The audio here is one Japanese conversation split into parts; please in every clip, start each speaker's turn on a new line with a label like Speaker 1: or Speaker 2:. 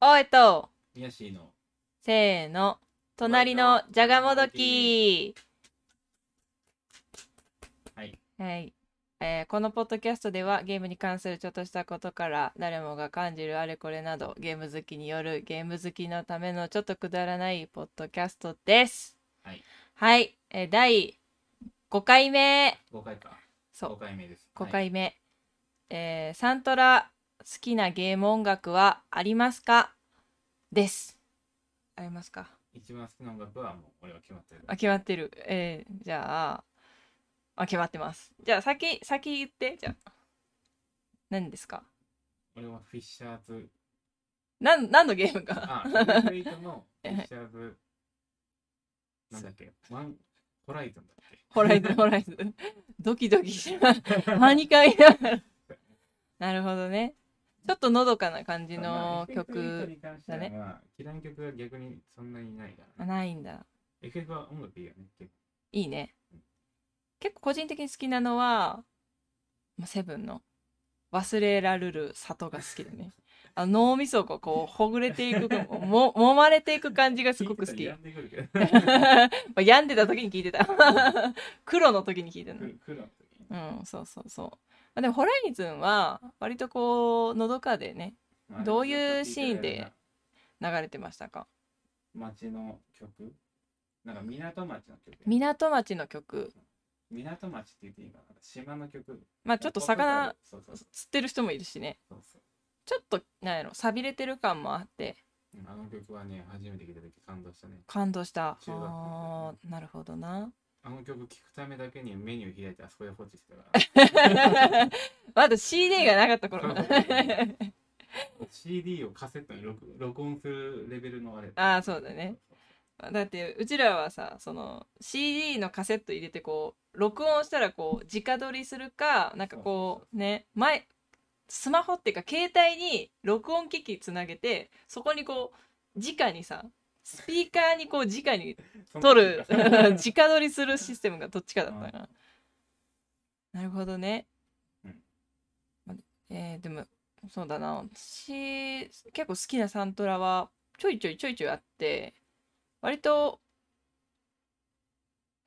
Speaker 1: おえと、
Speaker 2: 宮氏の
Speaker 1: せーの、隣のじゃがもどき。
Speaker 2: はい。
Speaker 1: はい。えーこのポッドキャストではゲームに関するちょっとしたことから誰もが感じるあれこれなどゲーム好きによるゲーム好きのためのちょっとくだらないポッドキャストです。
Speaker 2: はい。
Speaker 1: はい。えー第5回目。
Speaker 2: 5回か
Speaker 1: そう
Speaker 2: 5。回目です
Speaker 1: 5
Speaker 2: はい
Speaker 1: 回目、えーサントラ好きなゲーム音楽はありますかですありますか
Speaker 2: 一番好きな音楽はもう俺は決まってる
Speaker 1: あ決まってるえー、じゃああ決まってますじゃあ先先言ってじゃあ何ですか
Speaker 2: 俺はフィッシャー ズ
Speaker 1: なん何のゲームか
Speaker 2: あフリートのフィッシャーズなんだっけワンホライゾンだっけ
Speaker 1: ホライズンホライズンドキドキし ますパニカイながらなるほどねちょっとのどかな感じの曲
Speaker 2: だ
Speaker 1: だね
Speaker 2: ね嫌いな曲が逆にそんなにないから、
Speaker 1: あ
Speaker 2: ね、
Speaker 1: ないんだ
Speaker 2: FF は音楽いいよね結
Speaker 1: いいね。結構個人的に好きなのは、まあ、セブンの忘れられる里が好きだね。あの脳みそがこうほぐれていく、も揉まれていく感じが
Speaker 2: 構
Speaker 1: すごく好
Speaker 2: 聞い
Speaker 1: き
Speaker 2: てたら。病んでくるけど
Speaker 1: まあ病んでた時に聞いてた。 黒の時に聞いてた。
Speaker 2: く黒の時に
Speaker 1: うん、そうそうそう。まあ、でもホライズンは割とこうのどかでね
Speaker 2: まあ
Speaker 1: どういうシーンで
Speaker 2: ちょっと聞いてたような
Speaker 1: 流れてましたか。
Speaker 2: 町の曲なんか港町の曲
Speaker 1: 港町の曲、
Speaker 2: 港町って言っていいかな島の曲
Speaker 1: まあちょっと魚
Speaker 2: そうそうそう
Speaker 1: 釣ってる人もいるしね。
Speaker 2: そうそう
Speaker 1: ちょっとなんやろ寂れてる感もあって
Speaker 2: うんあの曲はね初めて聞いた時感動したね
Speaker 1: 感動した
Speaker 2: 中学の時
Speaker 1: あーなるほどな
Speaker 2: あの曲聴くためだけにメニュー開いてあそこで放置してた から
Speaker 1: まだ CD がなかった頃
Speaker 2: CD をカセットに録録音するレベルのあれ
Speaker 1: あーそうだね だってうちらはさその CD のカセット入れてこう録音したらこう直撮りするかなんかこうね前スマホっていうか携帯に録音機器つなげてそこにこう直にさスピーカーにこう直に
Speaker 2: その
Speaker 1: 撮る
Speaker 2: その
Speaker 1: 直撮りするシステムがどっちかだったな。なるほどね。
Speaker 2: うん
Speaker 1: まえーでもそうだな私結構好きなサントラはちょいちょいちょいちょいあって割と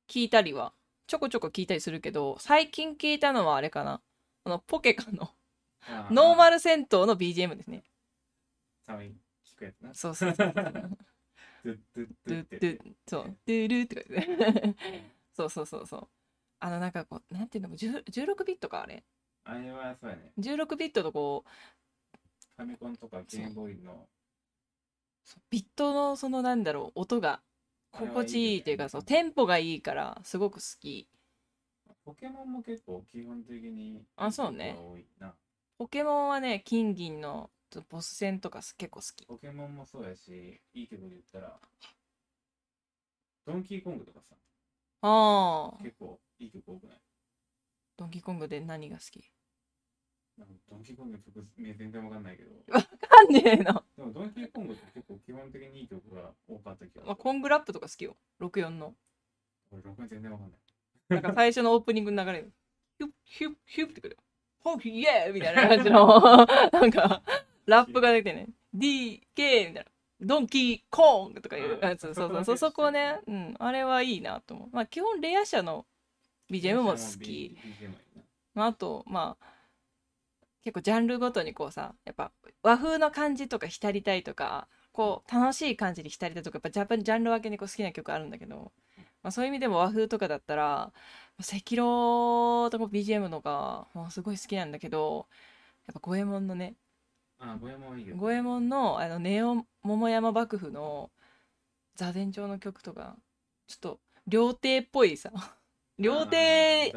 Speaker 1: 聞いたりはちょこちょこ聞いたりするけど最近聞いたのはあれかなあのポケカの
Speaker 2: あ
Speaker 1: ノーマ
Speaker 2: ル
Speaker 1: ル戦闘の BGM ですね。
Speaker 2: たまに聞くやつな
Speaker 1: そうそうそう そう。
Speaker 2: ドゥド
Speaker 1: ド
Speaker 2: ゥド
Speaker 1: ゥ
Speaker 2: ゥ
Speaker 1: ッ
Speaker 2: って
Speaker 1: ドゥそうドゥルーって書いて あるそうそうそうそうあのなんかこうなんていうの10 16ビットかあれ
Speaker 2: あれはそうやね
Speaker 1: 16ビットとこう
Speaker 2: ファミコンとかゲームボーイの
Speaker 1: そうビットのそのなんだろう音が心地いいというかそうテンポがいいからすごく好き
Speaker 2: ポケモンも結構基本的に
Speaker 1: あそうね
Speaker 2: 曲が多いな
Speaker 1: ポケモンはね金銀のちょっとボス戦とかす結構好き
Speaker 2: ポケモンもそうやしいい曲で言ったらドンキーコングとかさ
Speaker 1: ああ
Speaker 2: 結構いい曲多くない
Speaker 1: ドンキーコングで何が好き
Speaker 2: なんかドンキーコングの曲名全然わかんないけど
Speaker 1: わかんねえの、
Speaker 2: でもドンキーコングって結構基本的にいい曲が多かった気がす
Speaker 1: まあ、
Speaker 2: る
Speaker 1: コングラップとか好きよ64の
Speaker 2: 俺録音全然わ かんない
Speaker 1: なんか最初のオープニングの流れにヒュッヒュッヒュッってくる。ホーキーイエーイみたいな感じ の、なんか、ラップが出てね。DK みたいな。ドンキーコーンとかいうやつ。そうそうそう。そこね。うん。あれはいいなと思う。まあ基本レア社の BGM も好き。
Speaker 2: BGM もいいな
Speaker 1: まああと、まあ、結構ジャンルごとにこうさ、やっぱ和風の感じとか浸りたいとか、こう楽しい感じに浸りたいとか、やっぱジャパンジャンル分けにこう好きな曲あるんだけど、まあ、そういう意味でも和風とかだったら、赤狼とか BGM のがもうすごい好きなんだけど、やっぱ五右衛門のね、
Speaker 2: あ五右衛門はいいよ
Speaker 1: 五右衛門のあのネオ桃山幕府の座禅帳の曲とか、ちょっと料亭っぽいさ、料亭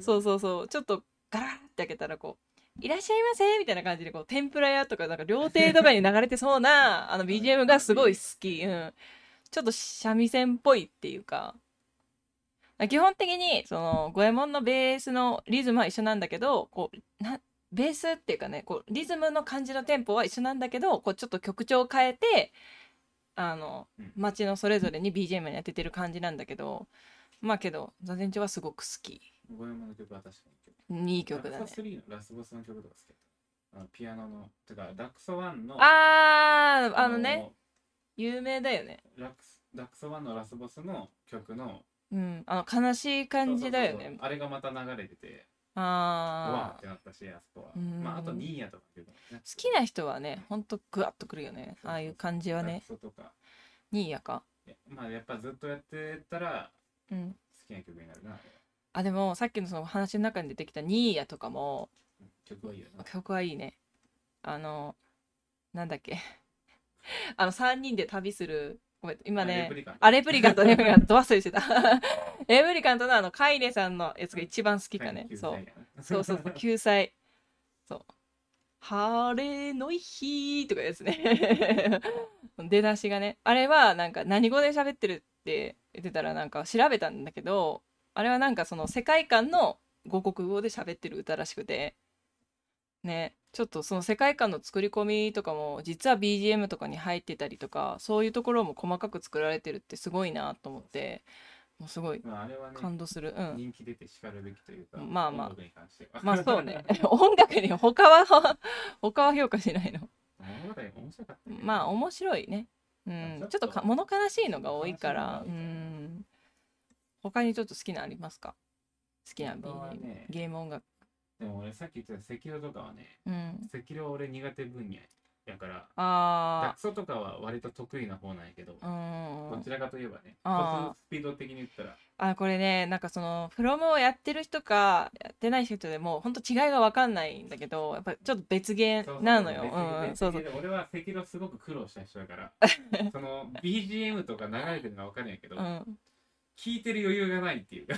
Speaker 1: そう
Speaker 2: そ
Speaker 1: そうそうちょっとガラッて開けたらこう「いらっしゃいませ」みたいな感じでこう天ぷら屋とかなんか料亭とかに流れてそうなあの BGM がすごい好き、うん、ちょっと三味線っぽいっていうか基本的にその五右衛門のベースのリズムは一緒なんだけどこうなベースっていうかねこうリズムの感じのテンポは一緒なんだけどこうちょっと曲調を変えてあの
Speaker 2: うん
Speaker 1: 街のそれぞれに BGM に当ててる感じなんだけどまあけど座禅帳はすごく好き。
Speaker 2: 五右衛門の曲は確かに
Speaker 1: いい曲だね
Speaker 2: ラスト3のラスボスの曲とか好きあのピアノのてかダクソワンの
Speaker 1: あーあのね有名だよね
Speaker 2: ラクスダクソワンのラスボスの曲の
Speaker 1: うんあの悲しい感じだよ
Speaker 2: そうそう
Speaker 1: ね
Speaker 2: そうあれがまた流れててわー
Speaker 1: あ
Speaker 2: っ
Speaker 1: ー
Speaker 2: てなったしあそこは
Speaker 1: うん
Speaker 2: まああとニーヤとかっていうのも
Speaker 1: 好
Speaker 2: ね
Speaker 1: きな人はねほんとグワッとくるよね
Speaker 2: そう
Speaker 1: ああいう感じは
Speaker 2: ダ
Speaker 1: ね
Speaker 2: クソとか
Speaker 1: ニーヤか
Speaker 2: いやまあやっぱずっとやってたら
Speaker 1: うん
Speaker 2: 好きな曲になるな
Speaker 1: あでもさっきのその話の中に出てきたニーヤとかも
Speaker 2: うん曲はいいよな
Speaker 1: 曲はいいねあのなんだっけ あの3人で旅するごめん今
Speaker 2: あレ
Speaker 1: ね
Speaker 2: プリカン
Speaker 1: あレプリカントレプリカント忘れしてた レプリカントのあのカイレさんのやつが一番好きかね
Speaker 2: はい
Speaker 1: そう
Speaker 2: 救済やな
Speaker 1: そうそうそう救済そう「晴れの日」とかですね 出だしがねあれはなんか何語で喋ってるって言ってたらなんか調べたんだけどあれはなんかその世界観の五国語で喋ってる歌らしくてねちょっとその世界観の作り込みとかも実は BGM とかに入ってたりとかそういうところも細かく作られてるってすごいなと思ってもうすごい
Speaker 2: まああれはね
Speaker 1: 感動するうん
Speaker 2: 人気出て叱るべきというか
Speaker 1: まあまあ
Speaker 2: 音楽に関しては
Speaker 1: まあそうね 音楽に他は他は評価しないの
Speaker 2: 物語面白かったね
Speaker 1: まあ面白いねうんちょっとか物悲しいのが多いからうん他にちょっと好きなのありますか好きな
Speaker 2: 他はね
Speaker 1: BGM ゲーム音楽
Speaker 2: でも俺さっき言ってた赤色とかはね
Speaker 1: うん
Speaker 2: 赤色は俺苦手分野やからダ
Speaker 1: あ
Speaker 2: クソとかは割と得意な方なんやけど
Speaker 1: あうん
Speaker 2: どちらかといえばね
Speaker 1: あー
Speaker 2: コツスピード的に言ったら
Speaker 1: あこれねなんかそのフロムをやってる人かやってない人でもうほんと違いが分かんないんだけどやっぱちょっと別ゲーなのよ
Speaker 2: 別
Speaker 1: うんうんそうそう
Speaker 2: 別俺は赤色すごく苦労した人 だからその BGM とか流れてるのは分かんないけど
Speaker 1: うん
Speaker 2: 聞いてる余裕がないっていうか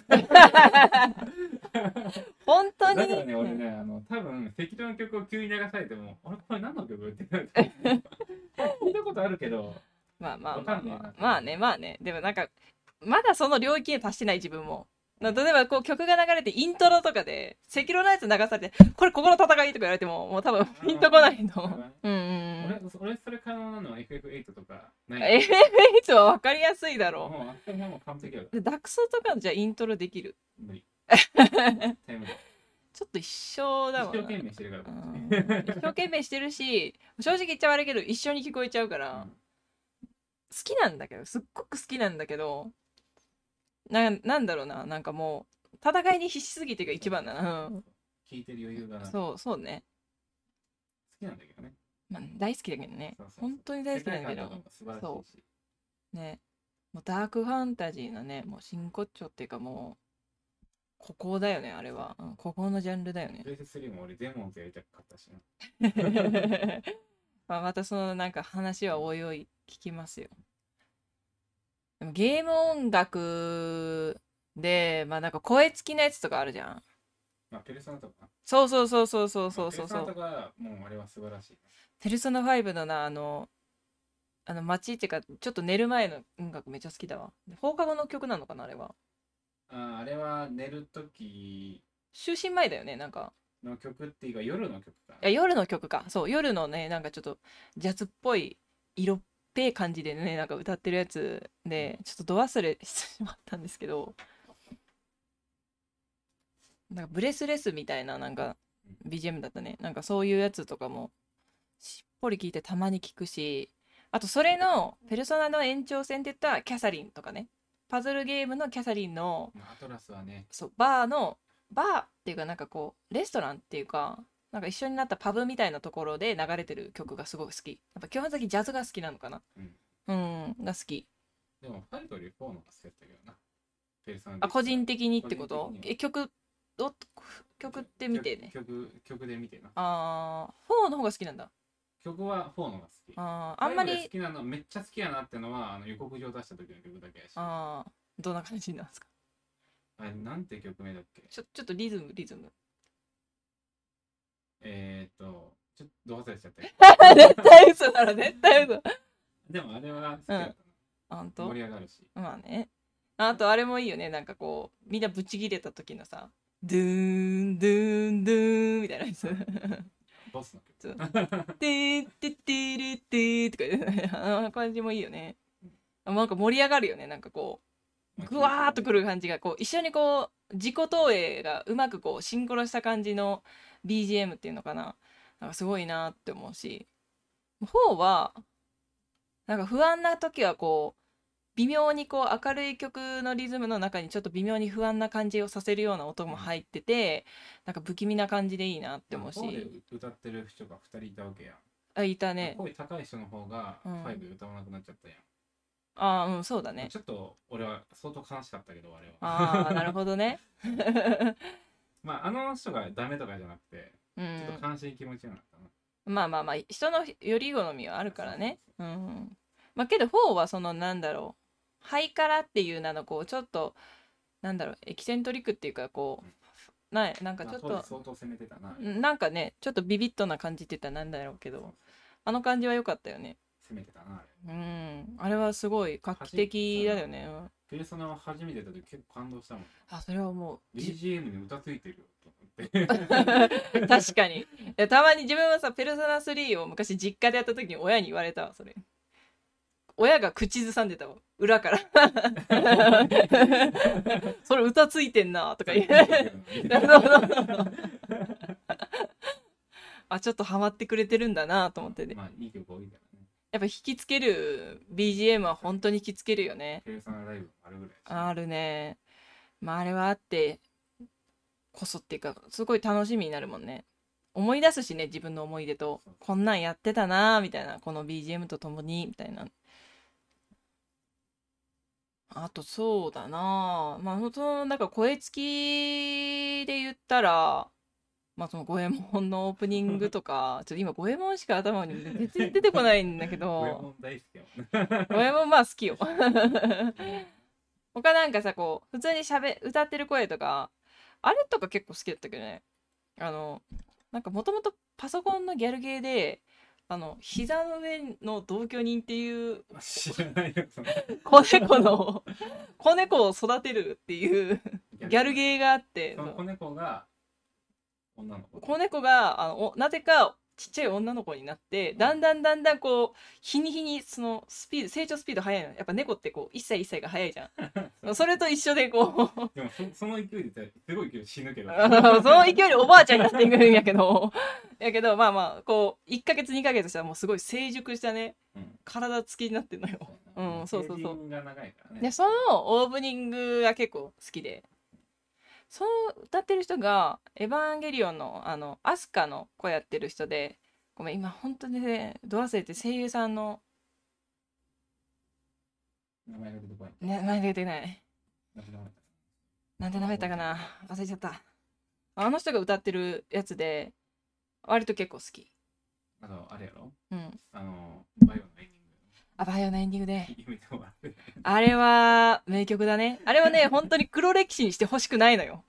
Speaker 1: 本当
Speaker 2: だ
Speaker 1: に
Speaker 2: からね
Speaker 1: う
Speaker 2: 俺
Speaker 1: ん
Speaker 2: ねあの多分赤色の曲を急に流されても俺これ何の曲ってなる 聞いたことあるけど
Speaker 1: まあまあ
Speaker 2: わ
Speaker 1: ま
Speaker 2: か
Speaker 1: あ
Speaker 2: んねえ
Speaker 1: まあ
Speaker 2: な
Speaker 1: まあねまあねでもなんかまだその領域に達してない自分もな例えばこう曲が流れてイントロとかで赤色のやつ流されてこれここの戦いとか言われてももう多分ピンとこない
Speaker 2: なるほ
Speaker 1: の
Speaker 2: どね
Speaker 1: うんうん
Speaker 2: 俺俺それ可能なのは FF8 とかない
Speaker 1: FF8 は分かりやすいだろ
Speaker 2: もうあそこはもう完璧やろ
Speaker 1: うでダクソとかじゃイントロできる
Speaker 2: 無 理タイム
Speaker 1: ちょっと一緒だ
Speaker 2: 一
Speaker 1: わ
Speaker 2: 生
Speaker 1: な
Speaker 2: 懸命してるからこっ
Speaker 1: うん
Speaker 2: ち
Speaker 1: 一生懸命してるし正直言っちゃ悪いけど一緒に聞こえちゃうから、
Speaker 2: うん
Speaker 1: 好きなんだけどすっごく好きなんだけどななんだろうななんかもう戦いに必死すぎてが一番だな、うん
Speaker 2: 聞いてる余裕がない好
Speaker 1: そうそうね、
Speaker 2: きなんだけどね
Speaker 1: まあ、大好きだけどね
Speaker 2: そうそうそう
Speaker 1: 本当に大好きなんだけ
Speaker 2: 世界観とか
Speaker 1: ど
Speaker 2: も素晴らしいし
Speaker 1: ねもうダークファンタジーのねもう真骨頂っていうかもうここだよねあれは、うん、ここのジャンルだ よね
Speaker 2: VS3 も俺デモンズやりたかったしな
Speaker 1: まあまたそのなんか話はおいおい聞きますよ。でもゲーム音楽で、まあなんか声付きのやつとかあるじゃん。
Speaker 2: まあペルソナとかな
Speaker 1: そうそうそうそうそうそう
Speaker 2: ま
Speaker 1: そ
Speaker 2: あ
Speaker 1: うそう
Speaker 2: ペルソナ。とかもうあれは素晴らしい
Speaker 1: ペルソナ5のな、あの、あの街っていうか、ちょっと寝る前の音楽めっちゃ好きだわ。放課後の曲なのかな、あれは。
Speaker 2: あーあれは寝る時
Speaker 1: 就寝前だよね、なんか。
Speaker 2: の曲っていうか夜の曲か
Speaker 1: いや夜の曲かそう夜のねなんかちょっとジャズっぽい色っぺい感じでねなんか歌ってるやつでちょっとど忘れしてしまったんですけどなんかブレスレスみたいななんか BGM だったねなんかそういうやつとかもしっぽり聞いてたまに聞くしあとそれの「ペルソナ」の延長戦って言ったらキャサリンとかねパズルゲームのキャサリンの
Speaker 2: まあアトラスはね
Speaker 1: そうバーのバーっていうかなんかこうレストランっていうかなんか一緒になったパブみたいなところで流れてる曲がすごい好きやっぱ基本的にジャズが好きなのかなうん、が好き
Speaker 2: でもファイトリー4の方が好きだったけどなペルソナで
Speaker 1: あ個人的にってこと
Speaker 2: 個人的には
Speaker 1: え曲ど曲って見てね
Speaker 2: 曲曲曲で見てな
Speaker 1: ああ4の方が好きなんだ
Speaker 2: 曲は4の方が好き
Speaker 1: あーあんま
Speaker 2: 最後で好
Speaker 1: り
Speaker 2: きなのめっちゃ好きやなってのはあの予告状出した時の曲だけやしあ
Speaker 1: ああどんな感じなんですか
Speaker 2: れなんて曲名だっけ
Speaker 1: ちょちょっとリズムリズム
Speaker 2: えー、っとちょっとどう忘れしちゃったけ
Speaker 1: 絶対嘘だろ絶対嘘
Speaker 2: どでもあれは好きだったな
Speaker 1: あ本当
Speaker 2: 盛り上がるし
Speaker 1: まあね。あとあれもいいよね。なんかこう、みんなブチギレた時のさ、ドゥーン、ドゥーン、ドゥーンみたいなやつ。
Speaker 2: ボスの曲
Speaker 1: そうてーてってーるてーとか言う、あの感じもいいよね。あなんか盛り上がるよね。なんかこう、ぐわーっとくる感じが、こう、一緒にこう、自己投影がうまくこう、シンクロした感じの BGM っていうのかな。なんかすごいなって思うし方はなんか不安な時はこう微妙にこう明るい曲のリズムの中にちょっと微妙に不安な感じをさせるような音も入っててなんか不気味な感じでいいなって思う
Speaker 2: フォー
Speaker 1: し
Speaker 2: で歌ってる人が2人いたわけや
Speaker 1: あいたね
Speaker 2: 声高い人の方が
Speaker 1: うん
Speaker 2: 5歌わなくなっちゃったやん、
Speaker 1: あーうんそうだね
Speaker 2: ちょっと俺は相当悲しかったけどあれは
Speaker 1: ああなるほどね
Speaker 2: まああの人がダメとかじゃなくて
Speaker 1: う
Speaker 2: ち
Speaker 1: ん
Speaker 2: ょっと悲しい気持ちになったな、
Speaker 1: まあまあまあ人のより好みはあるからねうんまあけど4はそのなんだろうハイカラっていう名のこうちょっとなんだろうエキセントリックっていうかこうななんか
Speaker 2: まあ
Speaker 1: ちょっ
Speaker 2: 当時
Speaker 1: と
Speaker 2: 相当攻めてたな、
Speaker 1: なんかねちょっとビビッとな感じって言ったらなんだろうけどあの感じは良かったよね
Speaker 2: 攻めてたなあれ
Speaker 1: うんあれはすごい画期的だよね、うん
Speaker 2: ペルソナを初めてだと結構感 動したもん
Speaker 1: あそれはもう
Speaker 2: BGM に歌ついてるよと 思って
Speaker 1: 確かにいやたまに自分はさ「ペルソナ3」を昔実家でやった時に親に言われたわそれ親が口ずさんでたわ裏から それ歌ついてんなとか言う あちょっとハマってくれてるんだなと思ってね
Speaker 2: まあいい曲多いからね
Speaker 1: やっぱ引きつける BGM は本当に引きつけるよね
Speaker 2: ペルソナライブもあるぐらいだし
Speaker 1: あるねまああれはあってこそっていうかすごい楽しみになるもんね思い出すしね自分の思い出とこんなんやってたなーみたいなこの BGM とともにみたいなあとそうだなあまあ本当なんか声付きで言ったらまあその五右衛門のオープニングと かちょっと今五右衛門しか頭に全然出てこないんだけ
Speaker 2: 五右衛
Speaker 1: ど
Speaker 2: 門大好きやもんね
Speaker 1: 五右衛門まあ好きよ
Speaker 2: うん
Speaker 1: 他なんかさこう普通にしゃべ歌ってる声とかあれとか結構好きだったけどねあのなんかもともとパソコンのギャルゲーであの膝の上の同居人っていう
Speaker 2: 知らないよその
Speaker 1: 子猫の子猫を育てるっていうギャルゲーがあって
Speaker 2: その子猫が女の子
Speaker 1: 子猫があのおなぜかちっちゃい女の子になってだんだんだんだんこう日に日にそのスピード成長スピード速いのやっぱ猫ってこう1歳1歳が速いじゃんそれと一緒でこう
Speaker 2: でもそその勢いで絶対すごい勢いで死ぬけど
Speaker 1: あの その勢いでおばあちゃんになっていくんやけど やけどまあまあこう1ヶ月2ヶ月したらもうすごい成熟したね
Speaker 2: うん
Speaker 1: 体つきになってんのようんそうそうそう
Speaker 2: 成人が長いからね
Speaker 1: でそのオープニングが結構好きでその歌ってる人が「エヴァンゲリオンの」あのアスカの子やってる人でごめん今本当にねド忘れて声優さんの
Speaker 2: 名前が出てこない
Speaker 1: 名前出てない
Speaker 2: なくなった
Speaker 1: なんて名前だったかな忘れちゃったあの人が歌ってるやつで割と結構好き
Speaker 2: あのあれやろ
Speaker 1: うん
Speaker 2: あのバイオのエンデ
Speaker 1: あバイオのエンディングで
Speaker 2: ィング夢とは
Speaker 1: あれは名曲だね。あれはね、本当に黒歴史にしてほしくないのよ。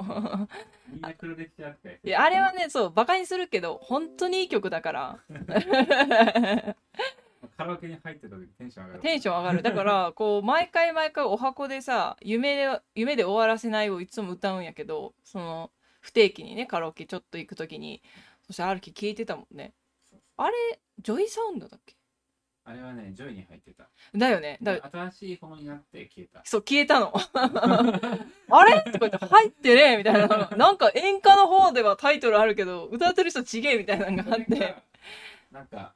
Speaker 2: みんな黒歴史あって
Speaker 1: いや、あれはね、そう、バカにするけど、本当にいい曲だから。
Speaker 2: カラオケに入ってた時テンション上がる
Speaker 1: テンション上がる。だから、こう、毎回毎回お箱でさ、夢で、夢で終わらせないをいつも歌うんやけど、その、不定期にね、カラオケちょっと行くときに、そしてある日聴いてたもんね。あれ、ジョイサウンドだっけ
Speaker 2: あれはねジョイに入ってた
Speaker 1: だよね。だ
Speaker 2: 新しい方になって消えた
Speaker 1: そう、消えた の。あれとか言って、入ってねえみたいな。なんか演歌の方ではタイトルあるけど、歌ってる人ちげえみたいなのがあって。
Speaker 2: なんか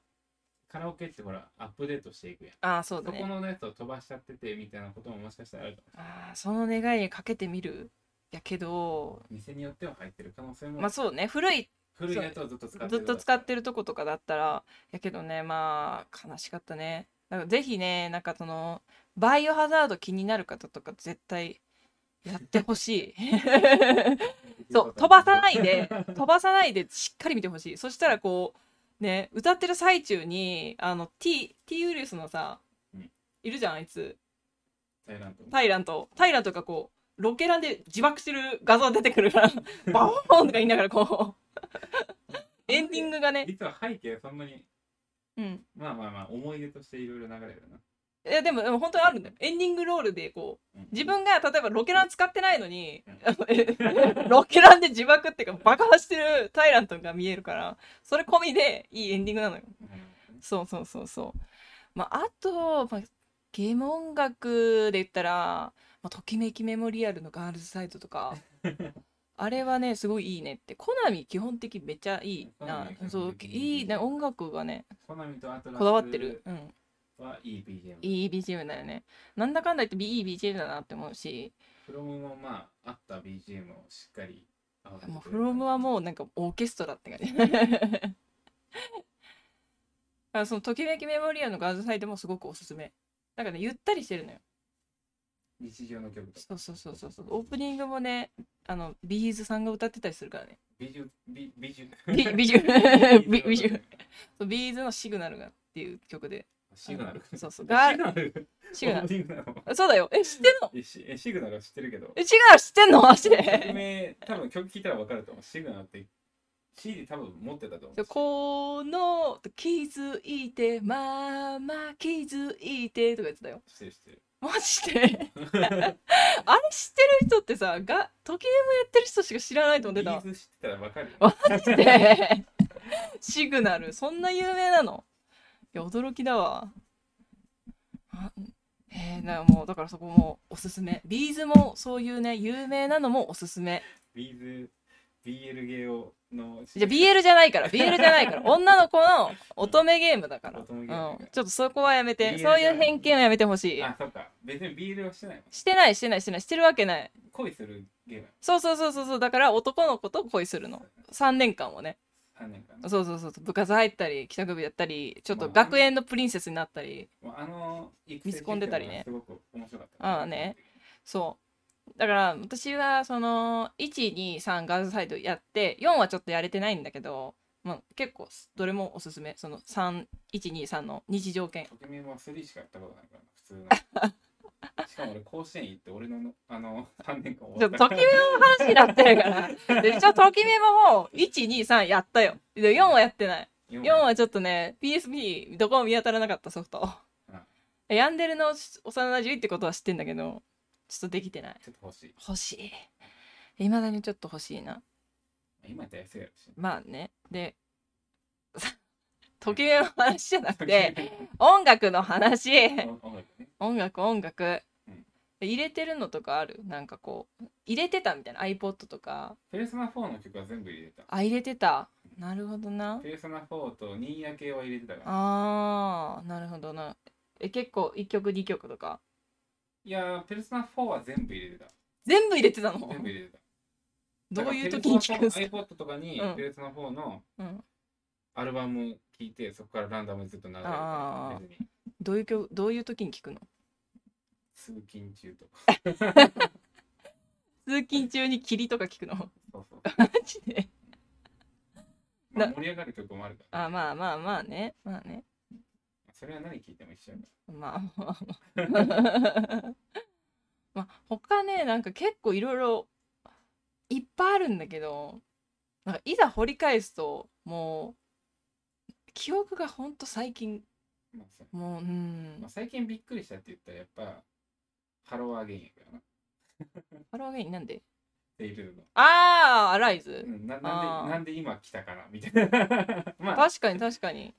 Speaker 2: カラオケってほらアップデートしていくやん
Speaker 1: ああ、そうだ
Speaker 2: そこ
Speaker 1: ね。
Speaker 2: のやつを飛ばしちゃっててみたいなことももしかしたらあるかも
Speaker 1: ああ、その願いにかけてみる。やけど、
Speaker 2: 店によっては入ってる可能性も、
Speaker 1: まあそうね、古い、
Speaker 2: 古いやつをずっと使って
Speaker 1: ず
Speaker 2: る
Speaker 1: っと使ってるとことかだったら、やけどね、まあ、悲しかったね。だからぜひね、なんかその、バイオハザード気になる方とか絶対やってほしい。そう飛ばさないで飛ばさないでしっかり見てほしいそしたらこうね歌ってる最中にあの T, T ウイルスのさ、
Speaker 2: うん
Speaker 1: いるじゃんあいつ
Speaker 2: タイランド
Speaker 1: タイランとタイランとかこうロケランで自爆してる画像出てくるからバオーンとか言いながらこうエンディングがね、
Speaker 2: 実は背景そんなに
Speaker 1: うん、
Speaker 2: まあまあまあ思い出としていろいろ流れるな、
Speaker 1: いやでもでも本当にあるんだよエンディングロールでこう
Speaker 2: うん
Speaker 1: 自分が例えばロケラン使ってないのに
Speaker 2: うん
Speaker 1: あのえロケランで自爆っていうか爆破してるタイラントが見えるからそれ込みでいいエンディングなのよ
Speaker 2: うん
Speaker 1: そうそうそうそうまああと、まあ、ゲーム音 楽で言ったら、まあ、ときめきメモリアルのガールズサイトとかあれはねすごいいいねってコナミ基本的めちゃいいな
Speaker 2: うん
Speaker 1: そういいね音楽がね
Speaker 2: コナミとアトラス
Speaker 1: こだわってる、うん、
Speaker 2: はいい BGM
Speaker 1: いい BGM だよねなんだかんだ言っていい BGM だなって思うし
Speaker 2: フロムもまああった BGM をしっかり合わせてくれる
Speaker 1: もうフロムはもうなんかオーケストラって感じ あその「ときめきメモリアル」のガードサイドもすごくおすすめなんかねゆったりしてるのよ
Speaker 2: 日常の曲とか
Speaker 1: そうそうそうそうそうオープニングもねあのビーズさんが歌ってたりするからね
Speaker 2: 美術美美術
Speaker 1: ビ ビジュビビジュ
Speaker 2: ュ
Speaker 1: そうビーズの「シグナルが」っていう曲で
Speaker 2: シグナル
Speaker 1: そうそうガー
Speaker 2: シグナル
Speaker 1: シグナル
Speaker 2: シグナル
Speaker 1: そうだよえ知ってんの
Speaker 2: えシえシグナルは知ってるけど
Speaker 1: えシグナル知ってんのマジ
Speaker 2: 曲
Speaker 1: で
Speaker 2: 名多分曲聴いたら分かると思うシグナルって CD 多分持ってたと思
Speaker 1: そう
Speaker 2: う
Speaker 1: この気づいてまあまあ気づいてとか言ってたよ
Speaker 2: 知ってる知ってる
Speaker 1: マジであれ知ってる人ってさが時計もやってる人しか知らないと思ってた
Speaker 2: ビー
Speaker 1: わ
Speaker 2: ズ知ってたら分かるよ
Speaker 1: マジで シグナルそんな有名なのいや驚きだわあえー、だからもうだからそこもおすすめビーズもそういうね有名なのもおすすめ
Speaker 2: ビーズ BL ゲーをの
Speaker 1: じゃあ BL じゃないから BL じゃないから女の子の乙女ゲームだから、
Speaker 2: 乙女
Speaker 1: うん、
Speaker 2: ゲ
Speaker 1: ち
Speaker 2: ーム
Speaker 1: ょっとそこはやめて
Speaker 2: BL
Speaker 1: そういう偏見はやめてほしい
Speaker 2: あそっか別に BL はしてないもん
Speaker 1: してないしてないしてないしてるわけない
Speaker 2: 恋するゲーム
Speaker 1: そうそうそうそうそうだから男の子と恋するの3年間をね
Speaker 2: 3年間
Speaker 1: そうそうそうそう部活入ったり帰宅部やったりちょっと
Speaker 2: まあ
Speaker 1: 学園のプリンセスになったり
Speaker 2: まああの育成
Speaker 1: ミスコン出たりね
Speaker 2: システムがすごく面白かった
Speaker 1: ああねそうだから私はその123ガールズサイドやって4はちょっとやれてないんだけど、まあ、結構どれもおすすめその3123の日常圏
Speaker 2: ときめは3しかやったことないからな 普通のしかも俺甲子園行って俺のあの3年間
Speaker 1: ち
Speaker 2: 終
Speaker 1: ょっ
Speaker 2: わ
Speaker 1: と
Speaker 2: った
Speaker 1: ときめもの話になってるから。 で、一応ときめももう、1、2、3やったよ。で、4はやってない。
Speaker 2: 4
Speaker 1: 4はちょっとね、PSP、どこも見当たらなかったソフト
Speaker 2: うん。
Speaker 1: ヤンデルの幼馴染ってことは知ってんだけど、ちょっとできてない。
Speaker 2: ちょっと欲しい
Speaker 1: 欲しい。いまだにちょっと欲しいな。
Speaker 2: 今やったら安いやろし
Speaker 1: まあね。で、さときめもの話じゃなくて、
Speaker 2: で
Speaker 1: 音楽の話。
Speaker 2: 音楽ね
Speaker 1: 音楽音楽
Speaker 2: うん。
Speaker 1: 入れてるのとかあるなんかこう、入れてたみたいな。iPod とか。
Speaker 2: ペルソナ4の曲は全部入れた
Speaker 1: あ入れてたなるほどな
Speaker 2: ペルソナ4とニーヤ系は入れてたから
Speaker 1: あーなるほどなえ結構1曲2曲とか
Speaker 2: いやーペルソナ4は全部入れてた
Speaker 1: 全部入れてたの
Speaker 2: 全部入れてた
Speaker 1: どういう時に聞くんですか、
Speaker 2: か iPod とかに
Speaker 1: うん
Speaker 2: ペルソナ4の
Speaker 1: うん、
Speaker 2: アルバム聴いて、そこからランダムにずっと流れてた
Speaker 1: あー
Speaker 2: 別に
Speaker 1: どういう曲どういう時に聞くの
Speaker 2: 通勤中とか
Speaker 1: 通勤中に霧とか聞くの
Speaker 2: そうそう、
Speaker 1: マジで
Speaker 2: まあ、
Speaker 1: な
Speaker 2: 盛り上がる曲もあるから
Speaker 1: あまあまあまあねまあね
Speaker 2: それは何聴いても一緒やか
Speaker 1: まあまあまあ まあ他ねなんか結構いろいろいっぱいあるんだけどなんかいざ掘り返すともう記憶がほんと最近
Speaker 2: ら、まあそう
Speaker 1: もう、う
Speaker 2: ま
Speaker 1: ん
Speaker 2: あ、。最近びっくりしたって言ったらやっぱハローアゲインやからな
Speaker 1: ハローアゲインなんで
Speaker 2: デイルーの、
Speaker 1: あー、アライ
Speaker 2: う
Speaker 1: ズ。
Speaker 2: ん、な
Speaker 1: あ
Speaker 2: な
Speaker 1: ー
Speaker 2: んでなんで今来たかなみたいな まあ
Speaker 1: 確かに確かに。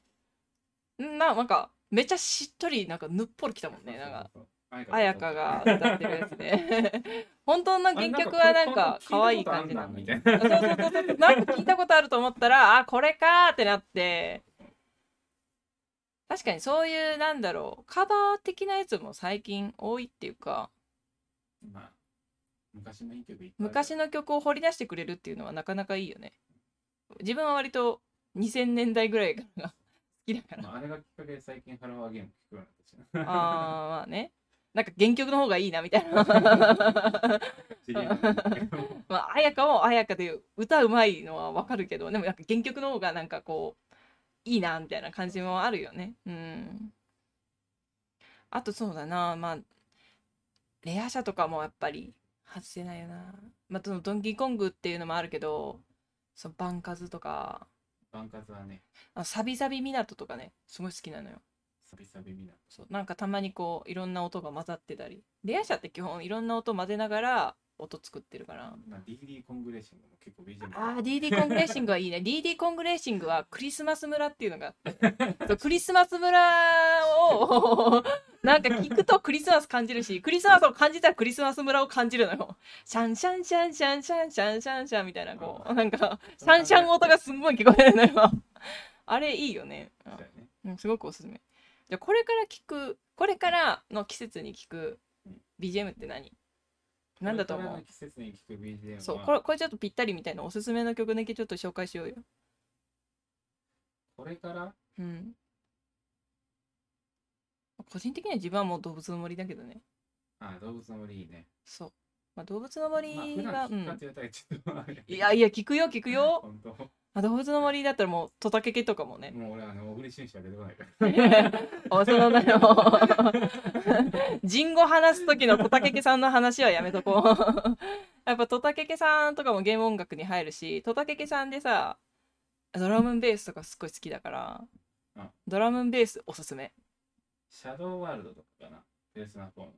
Speaker 1: んな、なんか、めっちゃしっとり、なんかぬっぽりきたもんね。なんか、
Speaker 2: あ
Speaker 1: 彩香が歌ってるやつね。 本当の原曲はなんか、可愛い感じなの
Speaker 2: み
Speaker 1: に。
Speaker 2: たい
Speaker 1: そ
Speaker 2: な
Speaker 1: うそうそうそう。 なんか聞いたことあると思ったら、あ、これかーってなって。確かにそういう、なんだろう、カバー的なやつも最近多いっていうか、
Speaker 2: まあ昔のいい曲いっぱいあるから
Speaker 1: 昔の曲を掘り出してくれるっていうのはなかなかいいよね。自分は割と2000年代ぐらいから が好きだから。
Speaker 2: まあ、あれがきっかけで最近ハローアゲインも聴くよう
Speaker 1: あー
Speaker 2: にな
Speaker 1: まあね。なんか原曲の方がいいなみたい な。
Speaker 2: ったしな
Speaker 1: まあ、綾香も綾香で歌うまいのはわかるけど、でもなんか原曲の方がなんかこう、いいなみたいな感じもあるよね。うん。あとそうだな、まあ、レア車とかもやっぱり外せないよな。まあ、そのドンキーコングっていうのもあるけど、そのバンカズとか、
Speaker 2: バンカツはね
Speaker 1: あのサビサビ港とかね、すごい好きなのよ。
Speaker 2: サビサビミナ
Speaker 1: そうなんかたまにこういろんな音が混ざってたりレア車って基本いろんな音混ぜながら音作ってるから。
Speaker 2: まあ DD コングレッシングも結構 BGM
Speaker 1: あー DD コングレーシングはいいね DD コングレーシングはクリスマス村っていうのがあってそうクリスマス村をなんか聞くとクリスマス感じるしクリスマスを感じたらクリスマス村を感じるのよシャンシャンシャンシャンシャンシャンシャンシャンみたいなこうなんかシャンシャン音がすんごい聞こえるのよあれいいよね、
Speaker 2: そうだよね
Speaker 1: うん、すごくおすすめじゃあこれから聞くこれからの季節に聞く BGM って何なんだと
Speaker 2: これ
Speaker 1: 思
Speaker 2: か
Speaker 1: う
Speaker 2: らの季節に聞く BGM は
Speaker 1: そうこれこれちょっとぴったりみたいなおすすめの曲だけちょっと紹介しようよ。
Speaker 2: これから
Speaker 1: うん。個人的には自分はもう動物の森だけどね。
Speaker 2: あ動物の森いいね
Speaker 1: そう。まあ、動物の森
Speaker 2: まあ
Speaker 1: は、
Speaker 2: 普段
Speaker 1: う
Speaker 2: 聞くか
Speaker 1: ん。
Speaker 2: って言われたらちょっとあれ
Speaker 1: いやいや、聞くよ、聞くよ。
Speaker 2: 本当
Speaker 1: あ動物の森だったらもう、トタケケとかも ね。
Speaker 2: もう俺はあの小栗旬しか出てこないから
Speaker 1: あ、そうなのよ。 人語話す時のトタケケさんの話はやめとこう。 やっぱトタケケさんとかもゲーム音楽に入るし、トタケケさんでさ、ドラムンベースとかすっごい好きだから
Speaker 2: うん、
Speaker 1: ドラムンベースおすすめ。
Speaker 2: シャドウワールドとかかなベースナコーの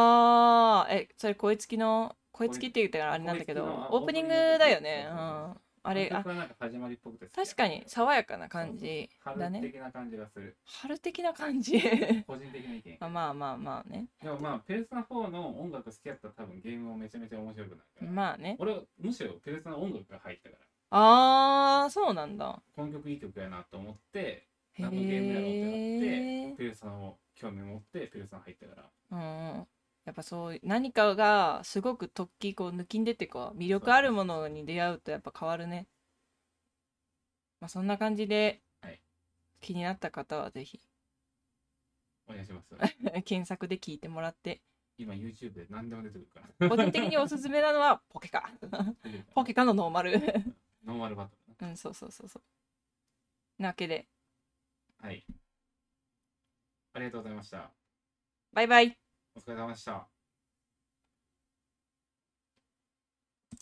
Speaker 1: あーえそれ声付きの声付きって言ったからあれなんだけど
Speaker 2: 声付きの
Speaker 1: オープニングだよね
Speaker 2: オー
Speaker 1: う
Speaker 2: プニング
Speaker 1: んあれあ
Speaker 2: 曲はなんか始まりっぽくて好きだ
Speaker 1: 確かに爽やかな感じだ
Speaker 2: 春
Speaker 1: ね
Speaker 2: 的な感じがする
Speaker 1: 春的な感じ
Speaker 2: 個人的な意見
Speaker 1: まあまあまあまあね
Speaker 2: でもまあペルソナ4の音楽好きだったら多分ゲームもめちゃめちゃ面白くなるから、
Speaker 1: まあね
Speaker 2: 俺はむしろペルソナ音楽が入ったから
Speaker 1: あーそうなんだ
Speaker 2: この曲いい曲やなと思って
Speaker 1: へ
Speaker 2: 何のゲームやろうって
Speaker 1: え
Speaker 2: なってペルソナを興味持ってペルソナ入ったから
Speaker 1: うんやっぱそういう何かがすごく突起こう抜きんでってこう魅力あるものに出会うとやっぱ変わるねまあそんな感じで
Speaker 2: はい
Speaker 1: 気になった方はぜ ひ
Speaker 2: お願いします
Speaker 1: 検索で聞いてもらって
Speaker 2: 今 YouTube で何でも出てくるから
Speaker 1: 個人的におすすめなの はポケカ ポケカのノーマル
Speaker 2: ノーマルバトル
Speaker 1: うんそうそうそうそうなわけで
Speaker 2: はいありがとうございました
Speaker 1: バイバイ
Speaker 2: お疲れ様でした